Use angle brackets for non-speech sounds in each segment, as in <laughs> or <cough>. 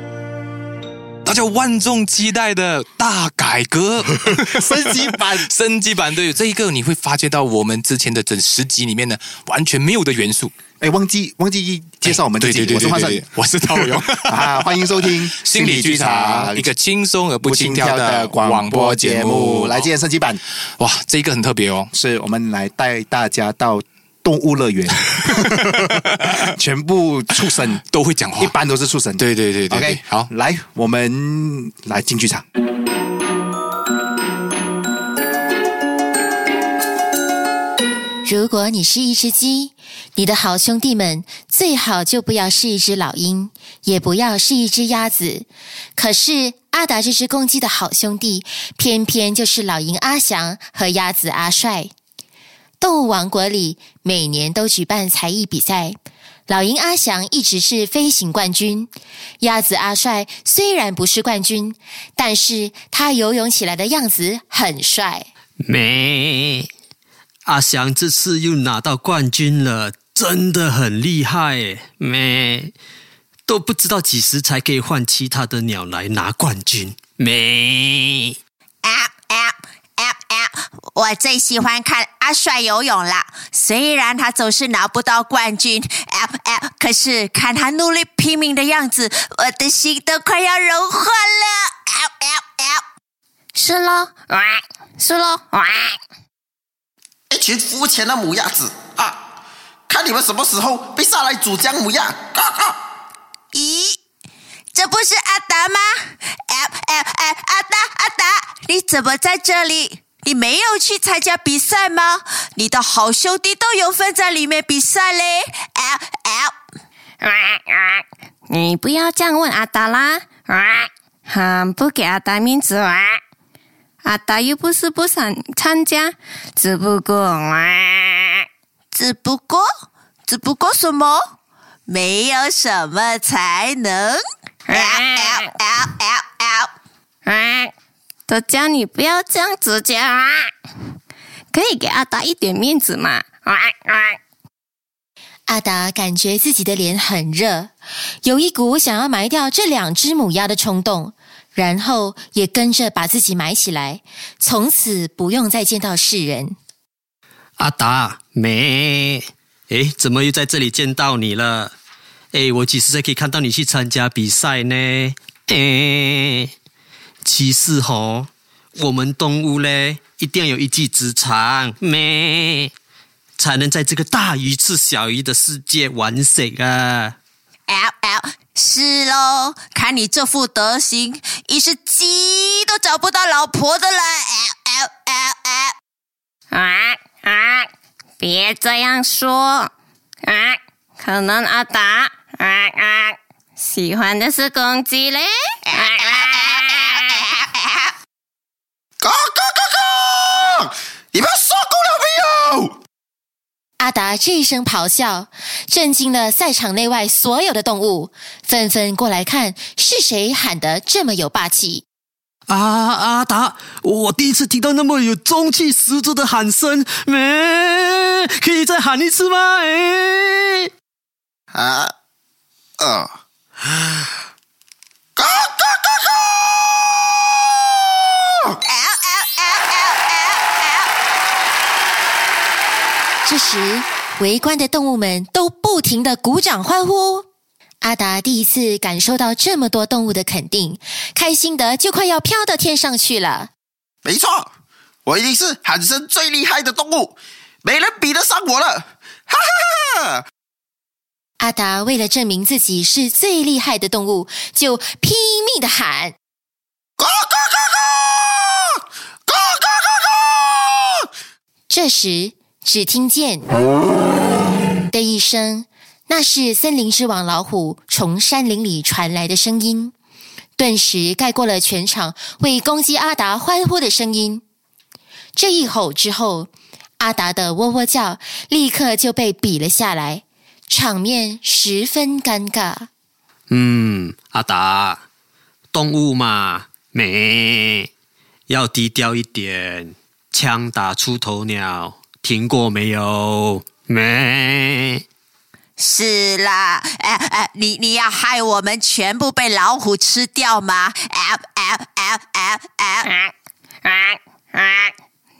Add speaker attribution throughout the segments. Speaker 1: 大家万众期待的大改革
Speaker 2: 升级版，
Speaker 1: <laughs> 升级版对这一个你会发觉到我们之前的整十集里面呢完全没有的元素。
Speaker 2: 哎，忘记忘记一介绍我们自
Speaker 1: 哎对对
Speaker 2: 己，
Speaker 1: 对
Speaker 2: 我是
Speaker 1: 对
Speaker 2: 华
Speaker 1: 对
Speaker 2: 盛
Speaker 1: 对， <laughs> 我是陶勇。
Speaker 2: <laughs> 啊，欢迎收听
Speaker 1: <laughs> 心理剧场，一个轻松而不轻佻的广播节目。
Speaker 2: 来，今天升级版
Speaker 1: 哇，这一个很特别哦。
Speaker 2: 是我们来带大家到动物乐
Speaker 1: <laughs>
Speaker 2: 园，全部畜生
Speaker 1: 都会讲话
Speaker 2: 一般都是畜生。
Speaker 1: 哦对对对对对
Speaker 2: ，OK，
Speaker 1: 好
Speaker 2: 来，我们来进剧场。
Speaker 3: 如果你是一只鸡，你的好兄弟们最好就不要是一只老鹰，也不要是一只鸭子。可是阿达这只公鸡的好兄弟，偏偏就是老鹰阿翔和鸭子阿帅。动物王国里每年都举办才艺比赛，老鹰阿翔一直是飞行冠军。鸭子阿帅虽然不是冠军，但是他游泳起来的样子很帅。
Speaker 4: 没，阿翔这次又拿到冠军了，真的很厉害耶！没，都不知道几时才可以换其他的鸟来拿冠军。没，
Speaker 5: App app app app，我最喜欢看阿帅游泳啦。虽然他总是拿不到冠军，app app，可是看他努力拼命的样子，我的心都快要融化了。app app app，
Speaker 3: 是喽，哇，是喽，哇。
Speaker 6: 一群肤浅的母鸭子啊！看你们什么时候被杀来煮姜母鸭！啊啊！
Speaker 5: 咦，这不是阿达吗？app app app，阿达阿达，你怎么在这里？你没有去参加比赛吗？你的好兄弟都有份在里面比赛嘞！app 哎 app。
Speaker 3: 你不要这样问阿达啦，很不给阿达面子哇！阿达又不是不想参加，只不过啊
Speaker 5: 只不过，只不过什么？没有什么才能。L
Speaker 3: 哎
Speaker 5: L L L L，
Speaker 3: 都叫你不要这样子讲，可以给阿达一点面子嘛？阿达感觉自己的脸很热，有一股想要埋掉这两只母鸭的冲动，然后也跟着把自己埋起来，从此不用再见到世人。
Speaker 4: 阿达，没，诶，怎么又在这里见到你了？诶，我几时才可以看到你去参加比赛呢？诶，其实吼，我们动物嘞，一定要有一技之长，没，才能在这个大鱼吃小鱼的世界玩水啊！
Speaker 5: L L，是喽，看你这副德行，一是鸡都找不到老婆的了。L L L L，
Speaker 3: 啊啊！别这样说啊！可能阿达啊啊喜欢的是公鸡嘞。啊
Speaker 2: 嘎嘎嘎嘎！你们受够了没有？
Speaker 3: 阿达这一声咆哮，震惊了赛场内外所有的动物，纷纷过来看是谁喊得这么有霸气。
Speaker 4: 啊阿达，我第一次听到那么有中气十足的喊声，没，可以再喊一次吗？诶。
Speaker 6: 啊啊！嘎嘎嘎嘎！
Speaker 3: 这时，围观的动物们都不停的鼓掌欢呼。阿达第一次感受到这么多动物的肯定，开心的就快要飘到天上去了。
Speaker 6: 没错，我一定是喊声最厉害的动物，没人比得上我了！哈哈哈哈！
Speaker 3: 阿达为了证明自己是最厉害的动物，就拼命的喊。
Speaker 6: 嘎嘎嘎嘎！嘎嘎嘎嘎！
Speaker 3: 这时，只听见的一声，那是森林之王老虎从山林里传来的声音，顿时盖过了全场为公鸡阿达欢呼的声音。这一吼之后，阿达的喔喔叫立刻就被比了下来，场面十分尴尬。
Speaker 4: <laughs> 嗯，阿达，动物嘛，没要低调一点。枪打出头鸟，听过没有？没。
Speaker 5: 是啦，哎、哎，你你要害我们全部被老虎吃掉吗？哎哎哎哎哎，
Speaker 7: 啊啊啊！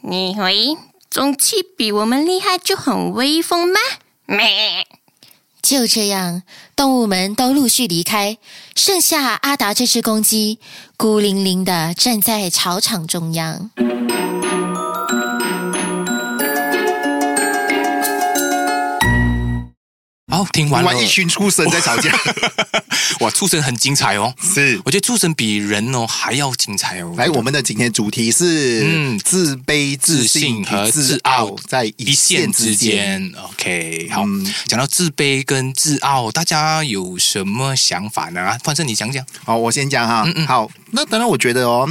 Speaker 7: 你以为中气比我们厉害就很威风吗？咩！
Speaker 3: 就这样，动物们都陆续离开，剩下阿达这只公鸡孤零零的站在草场中央。
Speaker 1: 好，听完
Speaker 2: 完
Speaker 1: 了
Speaker 2: 完一群畜生在吵架，
Speaker 1: <laughs> 哇，畜生很精彩哦。
Speaker 2: 是。
Speaker 1: 我觉得畜生比人哦还要精彩哦。
Speaker 2: <laughs> 来，我们的今天主题是
Speaker 1: 嗯
Speaker 2: 自卑、自信
Speaker 1: 信和
Speaker 2: 与自
Speaker 1: 自
Speaker 2: 傲
Speaker 1: 傲
Speaker 2: 在
Speaker 1: 一线之
Speaker 2: 间。
Speaker 1: 间。OK，好，
Speaker 2: 嗯
Speaker 1: 讲到自卑跟自傲，大家有什么想法呢？范正，你讲讲。
Speaker 2: 好，我先讲哈。
Speaker 1: 嗯嗯
Speaker 2: 好，那当然，我觉得哦，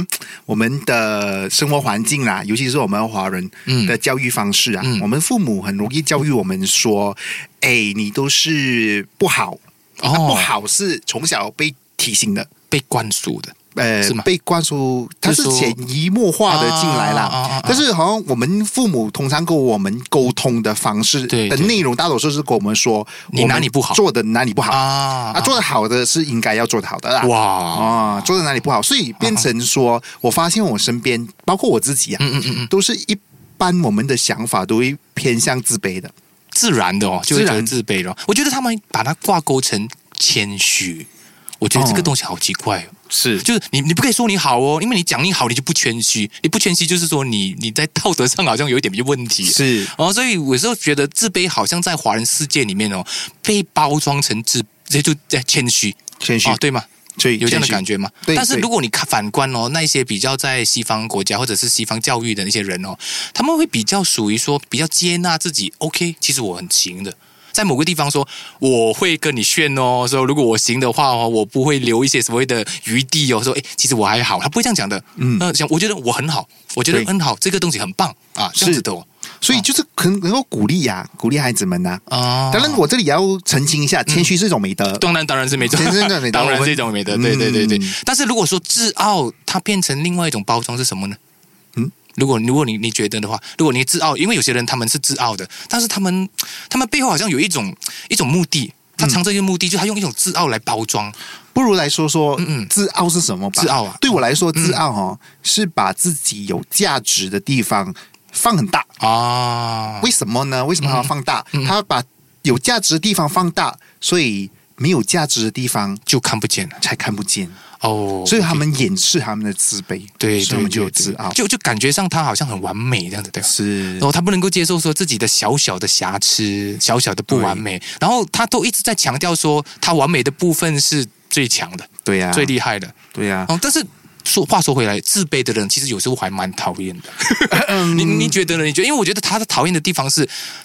Speaker 2: 我们的生活环境啦，尤其是我们华人
Speaker 1: 嗯
Speaker 2: 的教育方式啊，
Speaker 1: 嗯
Speaker 2: 我们父母很容易教育我们说：“哎，你都是不好，
Speaker 1: 哦
Speaker 2: 啊不好是从小被提醒的。”
Speaker 1: 被灌输的，
Speaker 2: 呃
Speaker 1: 是吗，
Speaker 2: 被灌输，它是
Speaker 1: 就是
Speaker 2: 潜移默化的进来啦。
Speaker 1: 啊啊啊啊
Speaker 2: 但是好像我们父母通常跟我们沟通的方式
Speaker 1: 对
Speaker 2: 的
Speaker 1: 对
Speaker 2: 内容，大多数是跟我们说，
Speaker 1: 你
Speaker 2: 我们
Speaker 1: 哪里不好
Speaker 2: 做的哪里不好
Speaker 1: 啊
Speaker 2: 啊，做的好的是应该要做得好的啦。
Speaker 1: 哇，
Speaker 2: 啊，做的哪里不好，所以变成说，我发现我身边，包括我自己啊，
Speaker 1: 嗯嗯嗯嗯，
Speaker 2: 都是一般我们的想法都会偏向自卑的。
Speaker 1: 自然的哦，就会
Speaker 2: 自
Speaker 1: 觉得
Speaker 2: 然
Speaker 1: 自卑了。我觉得他们把它挂钩成谦虚，我觉得这个
Speaker 2: 哦
Speaker 1: 东西好奇怪哦。
Speaker 2: 是
Speaker 1: 就是你，你不可以说你好哦，因为你讲你好，你就不谦虚，你不谦虚就是说你你在道德上好像有一点问题。
Speaker 2: 是，
Speaker 1: 哦，所以我就觉得自卑好像在华人世界里面哦，被包装成自，这就在谦虚
Speaker 2: 谦虚
Speaker 1: 哦，，对吗？
Speaker 2: 所以
Speaker 1: 有这样的
Speaker 2: 谦虚
Speaker 1: 感觉吗？
Speaker 2: 对
Speaker 1: 但是
Speaker 2: 对
Speaker 1: 如果你看反观哦，那一些比较在西方国家或者是西方教育的那些人哦，他们会比较属于说比较接纳自己，OK，其实我很行的。在某个地方说，我会跟你炫哦，说如果我行的话哦，我不会留一些所谓的余地哦，说诶，其实我还好，他不会这样讲的，
Speaker 2: 嗯
Speaker 1: 呃，讲我觉得我很好，我觉得
Speaker 2: 对
Speaker 1: 很好，这个东西很棒啊，这样
Speaker 2: 是
Speaker 1: 子的哦，
Speaker 2: 所以就是可能能够鼓励呀、鼓励孩子们呐、
Speaker 1: 啊
Speaker 2: 当然，我这里也要澄清一下，谦虚是一种美德。
Speaker 1: 当然当然是没错，
Speaker 2: 真正的美
Speaker 1: <laughs>
Speaker 2: 德
Speaker 1: 当然是一种美德，对对对对
Speaker 2: 嗯。
Speaker 1: 但是如果说自傲，它变成另外一种包装是什么呢？
Speaker 2: 嗯
Speaker 1: 嗯，如果如果你你觉得的话，如果你自傲，因为有些人他们是自傲的，但是他们他们背后好像有一种一种目的，他藏着一个目的，就他用一种自傲来包装。
Speaker 2: 不如来说说，
Speaker 1: 嗯嗯
Speaker 2: 自傲是什么吧？
Speaker 1: 自傲啊
Speaker 2: 对我来说，自傲哦，是把自己有价值的地方放很大。
Speaker 1: 啊，
Speaker 2: 嗯为什么呢？为什么他要放大？
Speaker 1: 嗯
Speaker 2: 他把有价值的地方放大，所以没有价值的地方
Speaker 1: 就看不见了
Speaker 2: 才看不见。
Speaker 1: 哦，
Speaker 2: 所以他们掩饰他们的自卑，
Speaker 1: 对，对
Speaker 2: 所以我们
Speaker 1: 对
Speaker 2: 就有
Speaker 1: 对
Speaker 2: 自傲。
Speaker 1: 就就感觉上他好像很完美这样子，对吧？
Speaker 2: 是
Speaker 1: 然后他不能够接受说自己的小小的瑕疵、小小的不完美，然后他都一直在强调说他完美的部分是最强的、
Speaker 2: 对呀、
Speaker 1: 最厉害的。
Speaker 2: 对啊呀、
Speaker 1: 哦，但是说话说回来，自卑的人其实有时候还蛮讨厌的。<laughs>
Speaker 2: 嗯
Speaker 1: 你你觉得呢？你觉得？因为我觉得他的讨厌的地方是，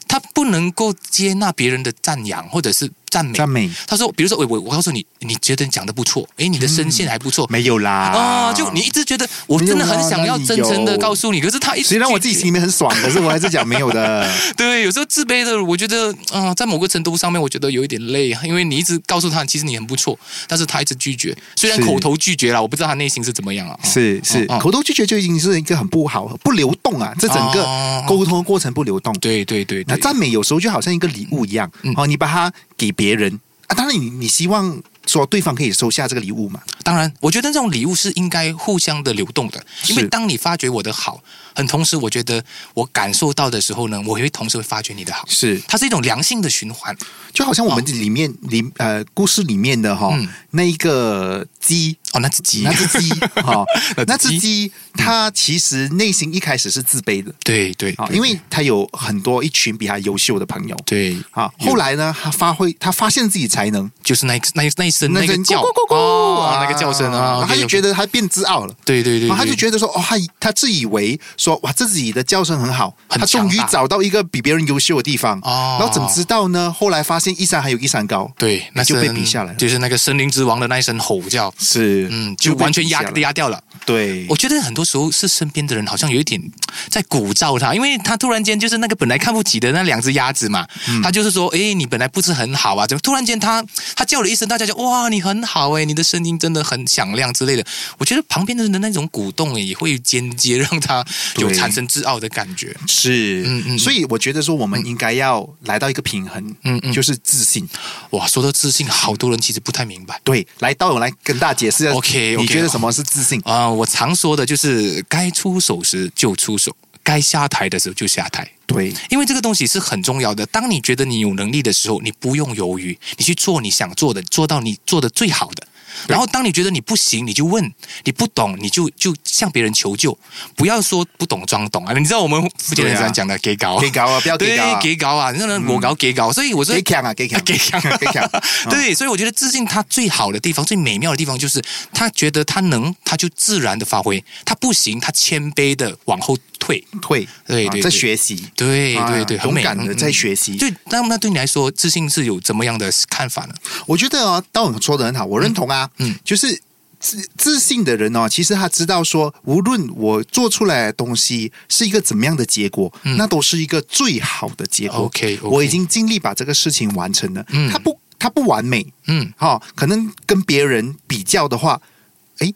Speaker 1: 他不能够接纳别人的赞扬或者是赞美。
Speaker 2: 赞美
Speaker 1: 他说，比如说，我我我告诉你，你觉得你讲的不错，诶，你的声线还不错，
Speaker 2: 没有啦
Speaker 1: 啊，就你一直觉得我真的很想要真诚的告诉你，可是他一哦直
Speaker 2: 虽然我自己心里面很爽，可是我还是讲没
Speaker 1: <laughs>
Speaker 2: 有的。
Speaker 1: 对，有时候自卑的，我觉得啊、在某个程度上面，我觉得有一点累，因为你一直告诉他，其实你很不错，但是他一直拒绝，虽然
Speaker 2: 是
Speaker 1: 口头拒绝了，我不知道他内心是怎么样啊。
Speaker 2: 是是，
Speaker 1: 哦哦
Speaker 2: 口头拒绝就已经是一个很不好、不流动啊，这整个
Speaker 1: 哦
Speaker 2: 沟通过程不流动。
Speaker 1: 对对对
Speaker 2: 那
Speaker 1: 对，
Speaker 2: 赞美有时候就好像一个礼物一样，
Speaker 1: 嗯
Speaker 2: 哦，你把它给别人啊，当然你你希望说对方可以收下这个礼物嘛，
Speaker 1: 当然，我觉得这种礼物是应该互相的流动的，因为
Speaker 2: 是
Speaker 1: 当你发觉我的好，很同时，我觉得我感受到的时候呢，我也会同时会发觉你的好，
Speaker 2: 是
Speaker 1: 它是一种良性的循环。
Speaker 2: 就好像我们里面里呃故事里面的哈、
Speaker 1: 嗯
Speaker 2: 那一个鸡。
Speaker 1: 哦，那自己
Speaker 2: 那只
Speaker 1: <laughs>
Speaker 2: 鸡哈，那
Speaker 1: 那只鸡嗯
Speaker 2: 只鸡，它其实内心一开始是自卑的
Speaker 1: 对对
Speaker 2: 啊，
Speaker 1: 对
Speaker 2: 因为它有很多一群比它优秀的朋友
Speaker 1: 对
Speaker 2: 啊。后来呢，它发挥，它发现自己才能，
Speaker 1: 就是那一那一那一声那个
Speaker 2: 声
Speaker 1: 叫
Speaker 2: 咕咕咕咕
Speaker 1: 哦，那个叫声啊，
Speaker 2: 然后他就觉
Speaker 1: 得
Speaker 2: 得他变自傲了。
Speaker 1: 对对对，
Speaker 2: 然后他就
Speaker 1: 对
Speaker 2: 觉得说，哦，他他自以为说，哇，自己的叫声很好，
Speaker 1: 很
Speaker 2: 他终于
Speaker 1: 强大
Speaker 2: 找到一个比别人优秀的地方。
Speaker 1: 哦
Speaker 2: 然后怎么知道呢？后来发现一山还有一山高，
Speaker 1: 对，那
Speaker 2: 就被
Speaker 1: 声
Speaker 2: 比下来了
Speaker 1: 就是那个森林之王的那一声吼叫，
Speaker 2: 是
Speaker 1: 嗯，就完全压哦
Speaker 2: 被比下来
Speaker 1: 压掉了。
Speaker 2: 对，
Speaker 1: 我觉得很多时候是身边的人好像有一点在鼓噪他，因为他突然间就是那个本来看不起的那两只鸭子嘛，
Speaker 2: 嗯
Speaker 1: 他就是说，诶，你本来不是很好啊，怎么突然间他他叫了一声，大家就哇，你很好诶，你的声音真的很响亮之类的。我觉得旁边的人的那种鼓动也会间接让他有
Speaker 2: 对
Speaker 1: 产生自傲的感觉。
Speaker 2: 是，
Speaker 1: 嗯嗯
Speaker 2: 所以我觉得说我们应该要来到一个平衡，
Speaker 1: 嗯嗯
Speaker 2: 就是自信。
Speaker 1: 哇，说到自信，好多人其实不太明白。
Speaker 2: 对，来，到我来跟大家解释一下
Speaker 1: OK，OK，
Speaker 2: 你觉得
Speaker 1: 好
Speaker 2: 什么是自信？
Speaker 1: 啊、我常说的就是该出手时就出手，该下台的时候就下台。
Speaker 2: 对，
Speaker 1: 因为这个东西是很重要的。当你觉得你有能力的时候，你不用犹豫，你去做你想做的，做到你做的最好的。然后，当你觉得你不行，你就问；你不懂，你就就向别人求救，不要说不懂装懂啊！你知道我们福建人
Speaker 2: 对啊
Speaker 1: 常讲的“给搞”，
Speaker 2: 给搞啊，不要给搞啊，
Speaker 1: 哦对，给搞啊，让人我搞给搞，所以我是
Speaker 2: 给强啊，给强，
Speaker 1: 给强
Speaker 2: <laughs> 给
Speaker 1: <laughs>
Speaker 2: 强，嗯
Speaker 1: 对，所以我觉得自信它最好的地方、最美妙的地方就是，他觉得他能，他就自然的发挥；他不行，他谦卑的往后退。
Speaker 2: 会，
Speaker 1: 对
Speaker 2: 啊
Speaker 1: 对
Speaker 2: 在
Speaker 1: 对
Speaker 2: 学习，
Speaker 1: 对对对，
Speaker 2: 啊
Speaker 1: 很
Speaker 2: 勇
Speaker 1: 美嗯
Speaker 2: 敢的在学习。
Speaker 1: 对，那那对你来说，自信是有怎么样的看法呢？
Speaker 2: 我觉得哦，道勇说的很好，我认同
Speaker 1: 嗯
Speaker 2: 啊。嗯
Speaker 1: 嗯，
Speaker 2: 就是自自信的人哦，其实他知道说，无论我做出来的东西是一个怎么样的结果，
Speaker 1: 嗯
Speaker 2: 那都是一个最好的结果。
Speaker 1: OK，OK
Speaker 2: 我已经尽力把这个事情完成了。
Speaker 1: 嗯
Speaker 2: 他不，他不完美，
Speaker 1: 嗯，
Speaker 2: 哈、哦，可能跟别人比较的话，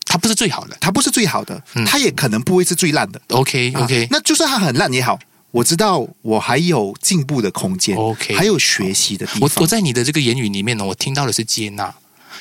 Speaker 1: 它不是最好的。
Speaker 2: 他不是最好的，
Speaker 1: 嗯
Speaker 2: 他也可能不会是最烂的。
Speaker 1: OK
Speaker 2: 啊
Speaker 1: OK，、
Speaker 2: 那就算他很烂也好，我知道我还有进步的空间
Speaker 1: OK
Speaker 2: 还有学习的地方。
Speaker 1: 我我在你的这个言语里面呢，我听到的是接纳，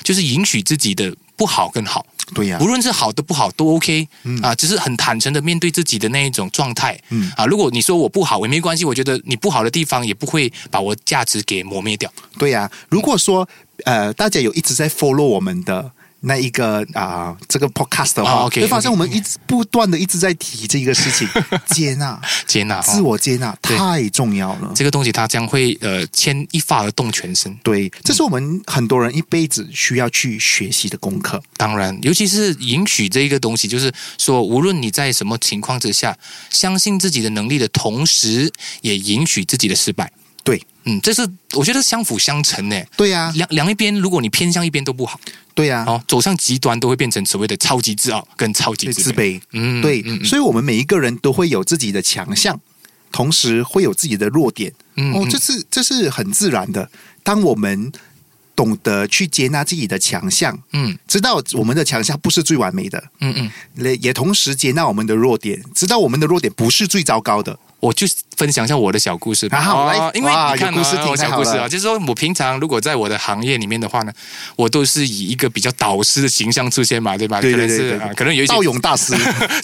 Speaker 1: 就是允许自己的不好更好，
Speaker 2: 对呀、
Speaker 1: 无论是好的不好都 OK，、
Speaker 2: 嗯
Speaker 1: 啊，只是很坦诚的面对自己的那一种状态。
Speaker 2: 嗯
Speaker 1: 啊，如果你说我不好也没关系，我觉得你不好的地方也不会把我价值给磨灭掉。
Speaker 2: 对呀、如果说呃，大家有一直在 follow 我们的。那一个啊、这个 podcast 的
Speaker 1: 啊
Speaker 2: 话，
Speaker 1: ，OK，
Speaker 2: 会发现我们一直不断的一直在提这
Speaker 1: <laughs>
Speaker 2: 个事情，接纳、
Speaker 1: 接纳、哦、
Speaker 2: 自我接纳
Speaker 1: 对
Speaker 2: 太重要了。
Speaker 1: 这个东西，它将会呃牵一发而动全身。
Speaker 2: 对，这是我们很多人一辈子需要去学习的功课。
Speaker 1: 当然，尤其是允许这一个东西，就是说，无论你在什么情况之下，相信自己的能力的同时，也允许自己的失败。
Speaker 2: 对，
Speaker 1: 嗯，这是我觉得相辅相成呢。
Speaker 2: 对呀、
Speaker 1: 两两一边，如果你偏向一边都不好，
Speaker 2: 对呀、
Speaker 1: 哦，走向极端都会变成所谓的超级自傲跟超级
Speaker 2: 对
Speaker 1: 自
Speaker 2: 自
Speaker 1: 卑。
Speaker 2: 卑，
Speaker 1: 嗯
Speaker 2: 对，
Speaker 1: 嗯嗯
Speaker 2: 所以我们每一个人都会有自己的强项，同时会有自己的弱点。
Speaker 1: 嗯
Speaker 2: 哦
Speaker 1: 嗯，
Speaker 2: 这是这是很自然的。当我们懂得去接纳自己的强项，
Speaker 1: 嗯
Speaker 2: 知道我们的强项不是最完美的，
Speaker 1: 嗯嗯，
Speaker 2: 也也同时接纳我们的弱点，知道我们的弱点不是最糟糕的。
Speaker 1: 我就分享一下我的小故事吧。
Speaker 2: 啊好来
Speaker 1: 哦因为
Speaker 2: 哇
Speaker 1: 你看、啊、
Speaker 2: 有故事听
Speaker 1: 我小
Speaker 2: 太好
Speaker 1: 故事啊，
Speaker 2: 了
Speaker 1: 就是说我平常如果在我的行业里面的话呢，我都是以一个比较导师的形象出现嘛，对吧？
Speaker 2: 对对
Speaker 1: 可能
Speaker 2: 对
Speaker 1: 是
Speaker 2: 对
Speaker 1: 啊
Speaker 2: 对，
Speaker 1: 可能有一些
Speaker 2: 道勇
Speaker 1: <laughs>
Speaker 2: 大师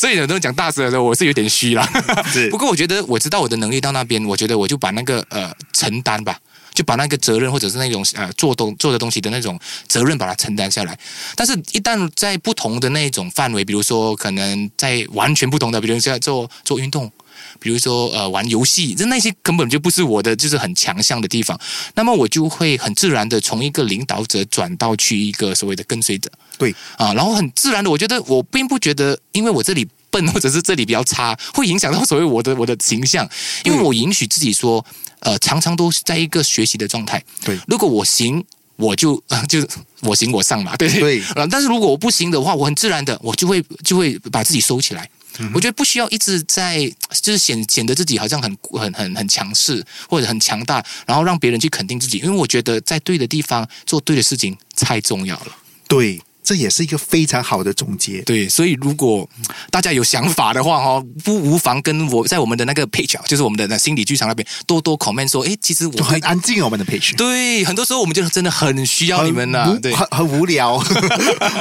Speaker 1: 所以很多人讲大师的时候，我是有点虚啦。
Speaker 2: 是
Speaker 1: 不过我觉得我知道我的能力到那边，我觉得我就把那个呃承担吧，就把那个责任或者是那种呃做东做的东西的那种责任把它承担下来。但是，一旦在不同的那种范围，比如说可能在完全不同的，比如说做做运动。比如说，呃，玩游戏，这那些根本就不是我的，就是很强项的地方。那么我就会很自然的从一个领导者转到去一个所谓的跟随者。
Speaker 2: 对
Speaker 1: 啊，然后很自然的，我觉得我并不觉得，因为我这里笨或者是这里比较差， <laughs> 会影响到所谓我的我的形象，因为我允许自己说，呃，常常都是在一个学习的状态。
Speaker 2: 对
Speaker 1: 如果我行，我就、 <laughs> 呃、就我行我上嘛，对不对？
Speaker 2: 对
Speaker 1: 啊但是如果我不行的话，我很自然的，我就会就会把自己收起来。我觉得不需要一直在，就是显显得自己好像很很很很强势或者很强大，然后让别人去肯定自己，因为我觉得在对的地方做对的事情太重要了。
Speaker 2: 对，这也是一个非常好的总结。
Speaker 1: 对，所以如果大家有想法的话，哈，不无妨跟我在我们的那个 page，啊就是我们的那心理剧场那边多多 comment 说，诶，其实我
Speaker 2: 就
Speaker 1: 会
Speaker 2: 很安静哦，我们的 page。
Speaker 1: 对，很多时候我们就真的很需要
Speaker 2: 很
Speaker 1: 你们呐、
Speaker 2: 无
Speaker 1: 对。
Speaker 2: 很啊很无聊。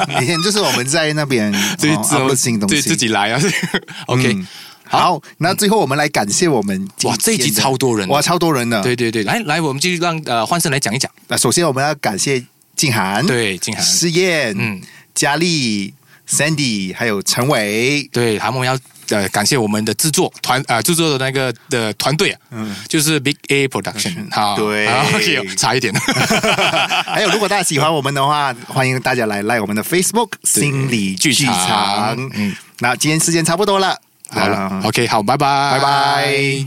Speaker 2: <laughs> 每天就是我们在那边
Speaker 1: 所以
Speaker 2: 哦
Speaker 1: 只能
Speaker 2: upload 新东西，
Speaker 1: 对自己来啊。OK，、 <laughs>
Speaker 2: 嗯好，那最后我们来感谢我们今天的
Speaker 1: 哇这一集超多人的啊
Speaker 2: 哇，超多人的。
Speaker 1: 对对对，来来，我们继续让呃焕生来讲一讲。
Speaker 2: 那首先我们要感谢静涵，，
Speaker 1: 对，静涵，
Speaker 2: 思燕，
Speaker 1: 嗯
Speaker 2: 嗯，佳丽，Sandy，还有陈
Speaker 1: <laughs>
Speaker 2: 伟，
Speaker 1: 对，他们要呃感谢我们的制作团呃制作的那个的团队啊，就是 Big A Production 好，
Speaker 2: 嗯对
Speaker 1: 啊，OK，差
Speaker 2: <laughs>
Speaker 1: 一点。
Speaker 2: 还有如果大家喜欢我们的话，欢迎大家来来我们的 Facebook 心理
Speaker 1: 剧
Speaker 2: 剧
Speaker 1: 场
Speaker 2: 场。
Speaker 1: 嗯
Speaker 2: 嗯，那今天时间差不多了，
Speaker 1: 好了
Speaker 2: 那
Speaker 1: ，OK，好，拜拜，
Speaker 2: 拜拜。